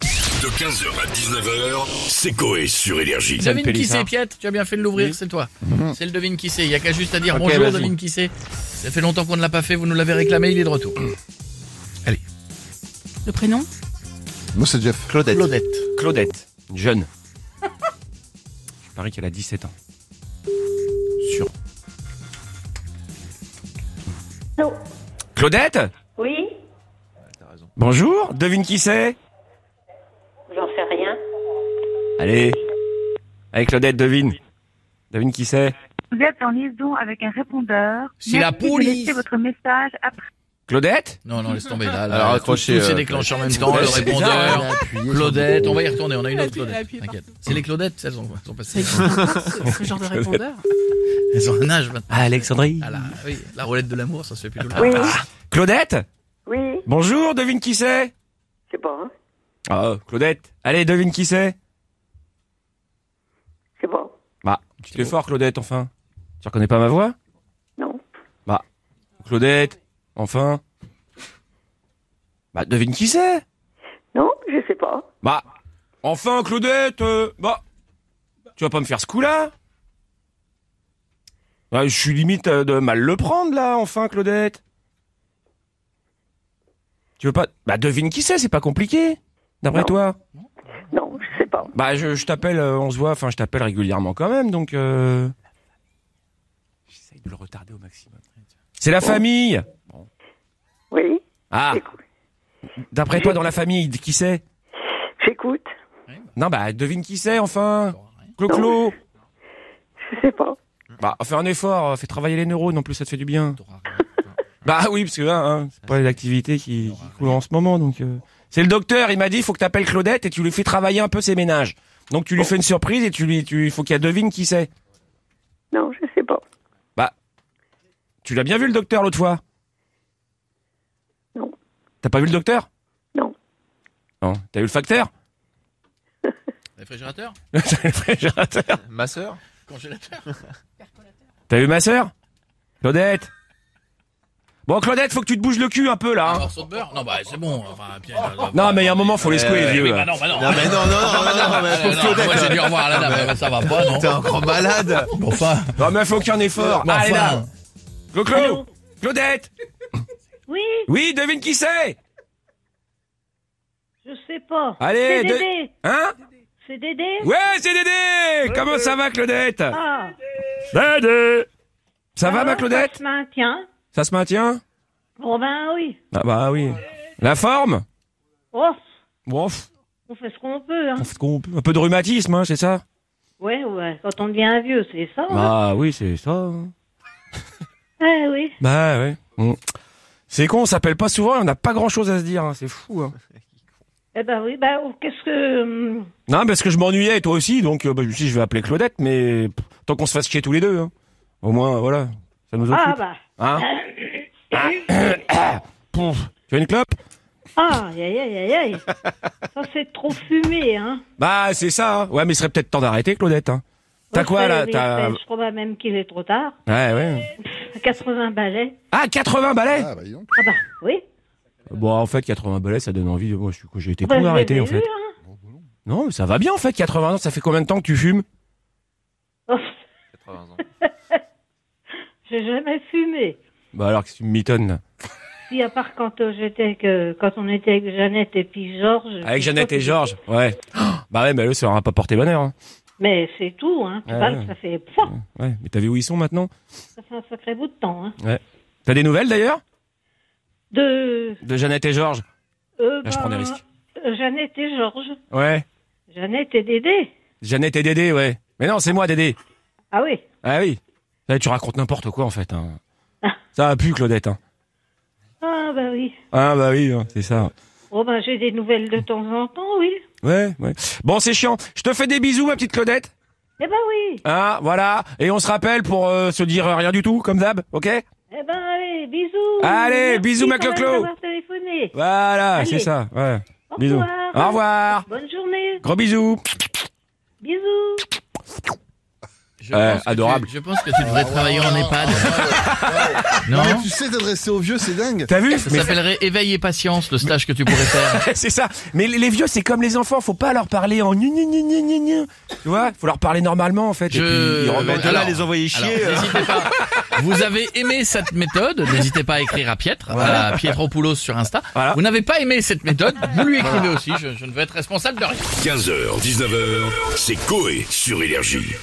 De 15h à 19h, c'est Coé sur Énergie. Devine qui Pélissard. c'est, Piette. Tu as bien fait de l'ouvrir, c'est toi. C'est le devine qui c'est. Il n'y a qu'à juste à dire Mhm. Ok, bonjour, vas-y. devine qui c'est. Ça fait longtemps qu'on ne l'a pas fait, vous nous l'avez réclamé, il est de retour. Le prénom Moi, c'est Jeff. Claudette. Claudette. Claudette. Jeune. Je parie qu'elle a 17 ans. Sûr. Allô Claudette Oui Bonjour, devine qui c'est J'en sais rien. Allez. Allez Claudette, devine. Devine qui c'est Vous êtes en liaison avec un répondeur. C'est la Merci de police. laisser votre message après. Claudette Non, non, laisse tomber là. là, Alors, tout- accrochez, Tout s'est euh, déclenché en même temps, le c'est répondeur. Appuyez Claudette, on va y retourner, on a une Elle autre appuie- elle Claudette. appuie T'inquiète. C'est les Claudettes, elles ont, elles sont Ça passées. existe encore, ce, ce genre de répondeur Elles ont un âge maintenant. Alexandrie. Ah, la, oui, la roulette de l'amour, ça se fait plus tout le temps. Ah, Oui Claudette Oui Bonjour, devine qui c'est C'est bon. hein Ah, Claudette. Allez, devine qui c'est C'est bon. Bah, tu t'es fort Claudette, enfin. Tu reconnais pas ma voix Non. Claudette, enfin. Bah, devine qui c'est Non, je sais pas. Bah, enfin, Claudette, euh, bah, tu vas pas me faire ce coup-là Bah, Je suis limite euh, de mal le prendre, là, enfin, Claudette. Tu veux pas... Bah, devine qui c'est, c'est pas compliqué, d'après Non. toi. Non, je sais pas. Bah, je, je t'appelle, euh, on se voit, enfin, je t'appelle régulièrement quand même, donc... Euh... J'essaye de le retarder au maximum. C'est la famille Oui Ah, J'écoute. d'après toi, dans la famille, qui c'est J'écoute. Non, bah, devine qui c'est, enfin Clo-Clo Je sais pas. Bah, fais un effort, euh, fais travailler les neurones, en plus ça te fait du bien. Bah oui, parce que là, hein, c'est pas l'activité qui, qui coule en ce moment, donc... euh. C'est le docteur, il m'a dit, faut que t'appelles Claudette et tu lui fais travailler un peu ses ménages. Donc tu lui fais une surprise et tu lui, tu, il faut qu'elle devine qui c'est. Non, je sais pas. Tu l'as bien vu le docteur l'autre fois Non. T'as pas vu le docteur Non. Non, t'as eu le facteur Réfrigérateur T'as eu le réfrigérateur Ma sœur Congélateur T'as eu ma sœur Claudette Bon Claudette, faut que tu te bouges le cul un peu là. Un hein. morceau de beurre Non, bah c'est bon. Enfin, puis, euh, Non mais il y a un moment, faut les secouer les oui, vieux. bah non, bah non. Non, mais non, non, non, non, non, mais Ah, pauvre non, moi j'ai Claudette, dû au revoir à la dame, Ah, bah, Ah, ça va pas, non t'es un grand malade. Bon, Enfin, Non euh. mais faut aucun effort. bon, Allez là enfin. Clo-Clo Claudette Oui, Oui, devine qui c'est je sais pas. Allez, de- Hein C'est Dédé. Ouais, c'est Dédé Comment ça va, Claudette Ah, Dédé Ça va, ma Claudette Tiens. Ça se maintient Bon ben oui. Ah bah oui. La forme Oh, Bon, pff, on fait ce qu'on peut. Hein. on fait ce qu'on peut. un peu de rhumatisme, hein, c'est ça Ouais, ouais. Quand on devient vieux, c'est ça. hein. Bah oui, c'est ça. hein. Ouais, oui. Bah ouais. Mm. C'est con, on s'appelle pas souvent et on n'a pas grand-chose à se dire, hein, c'est fou. hein. Eh ben oui. Ben oh, qu'est-ce que hum, Non, parce que je m'ennuyais et toi aussi, donc euh, bah, je me suis dit, je vais appeler Claudette, mais pff, tant qu'on se fasse chier tous les deux. hein. Au moins, voilà, ça nous occupe. ah bah Hein Pouf. Tu as une clope ah aïe aïe aïe aïe. aïe. ça c'est trop fumé hein. Bah, c'est ça. hein. Ouais, mais il serait peut-être temps d'arrêter, Claudette. hein. T'as Moi, quoi, je là fais- T'as- Je crois même qu'il est trop tard. Ouais, ouais. 80 balais. Ah, 80 balais Ah, bah, dis donc. Ah bah oui. Bon, en fait, 80 balais, ça donne envie de. Moi, je suis- j'ai été Bah, con je les d'arrêter, ai en fait. eus, hein. Non, mais ça va bien, en fait, 80 ans. Ça fait combien de temps que tu fumes Oh, 80 ans. J'ai jamais fumé. Bah, alors que tu me mitonnes, là. Si à part quand euh, j'étais que quand on était avec Jeannette et puis Georges. Avec je Jeannette crois et que- Georges, ouais. Bah, ouais, bah, eux, ça leur a pas porté bonheur. hein. Mais c'est tout hein. Tu Ouais, parles, Ah ouais. ça fait Pouah, Ouais, mais t'as vu où ils sont maintenant ça fait un sacré bout de temps hein. T'as des nouvelles, d'ailleurs De De Jeannette et Georges euh, Là, je prends des ben, risques. euh, Jeannette et Georges. Ouais. Jeannette et Dédé. Jeannette et Dédé, ouais. Mais non, c'est moi, Dédé. Ah oui. Ah oui. Là, tu racontes n'importe quoi, en fait. hein. Ça a pu, Claudette. hein. Ah bah oui. Ah, bah oui, hein, c'est ça. Oh ben j'ai des nouvelles de temps en temps oui. Ouais, ouais. Bon, c'est chiant. Je te fais des bisous, ma petite Claudette. Eh ben oui. Hein, voilà. Et on se rappelle pour euh, se dire rien du tout, comme d'hab, ok Eh ben allez bisous. Allez, Merci bisous, ma quand même Clo-Clo. d'avoir téléphoné. Voilà, Allez. c'est ça. Ouais. Au Bisous. revoir. Au revoir. Bonne journée. Gros bisous. Bisous. Je Je Ouais, pense que Euh, adorable. tu- je pense que tu devrais travailler en EHPAD. Non, Non mais tu sais t'adresser aux vieux, c'est dingue. T'as vu Ça Mais- s'appellerait éveil et patience, le stage que tu pourrais faire. C'est ça. Mais les les vieux, c'est comme les enfants, faut pas leur parler en gnu, gnu, gnu, gnu, gnu, gnu. Tu vois, faut leur parler normalement en fait. et Je- puis, ils remettent- de là, les euh. envoyer Alors, n'hésitez pas. Vous avez aimé cette méthode, n'hésitez pas à écrire à Pietre, à Pietropoulos sur Insta. Voilà. Vous n'avez pas aimé cette méthode, vous lui écrivez aussi, je, je ne veux être responsable de rien. 15h, 19h, c'est Coé sur Énergie.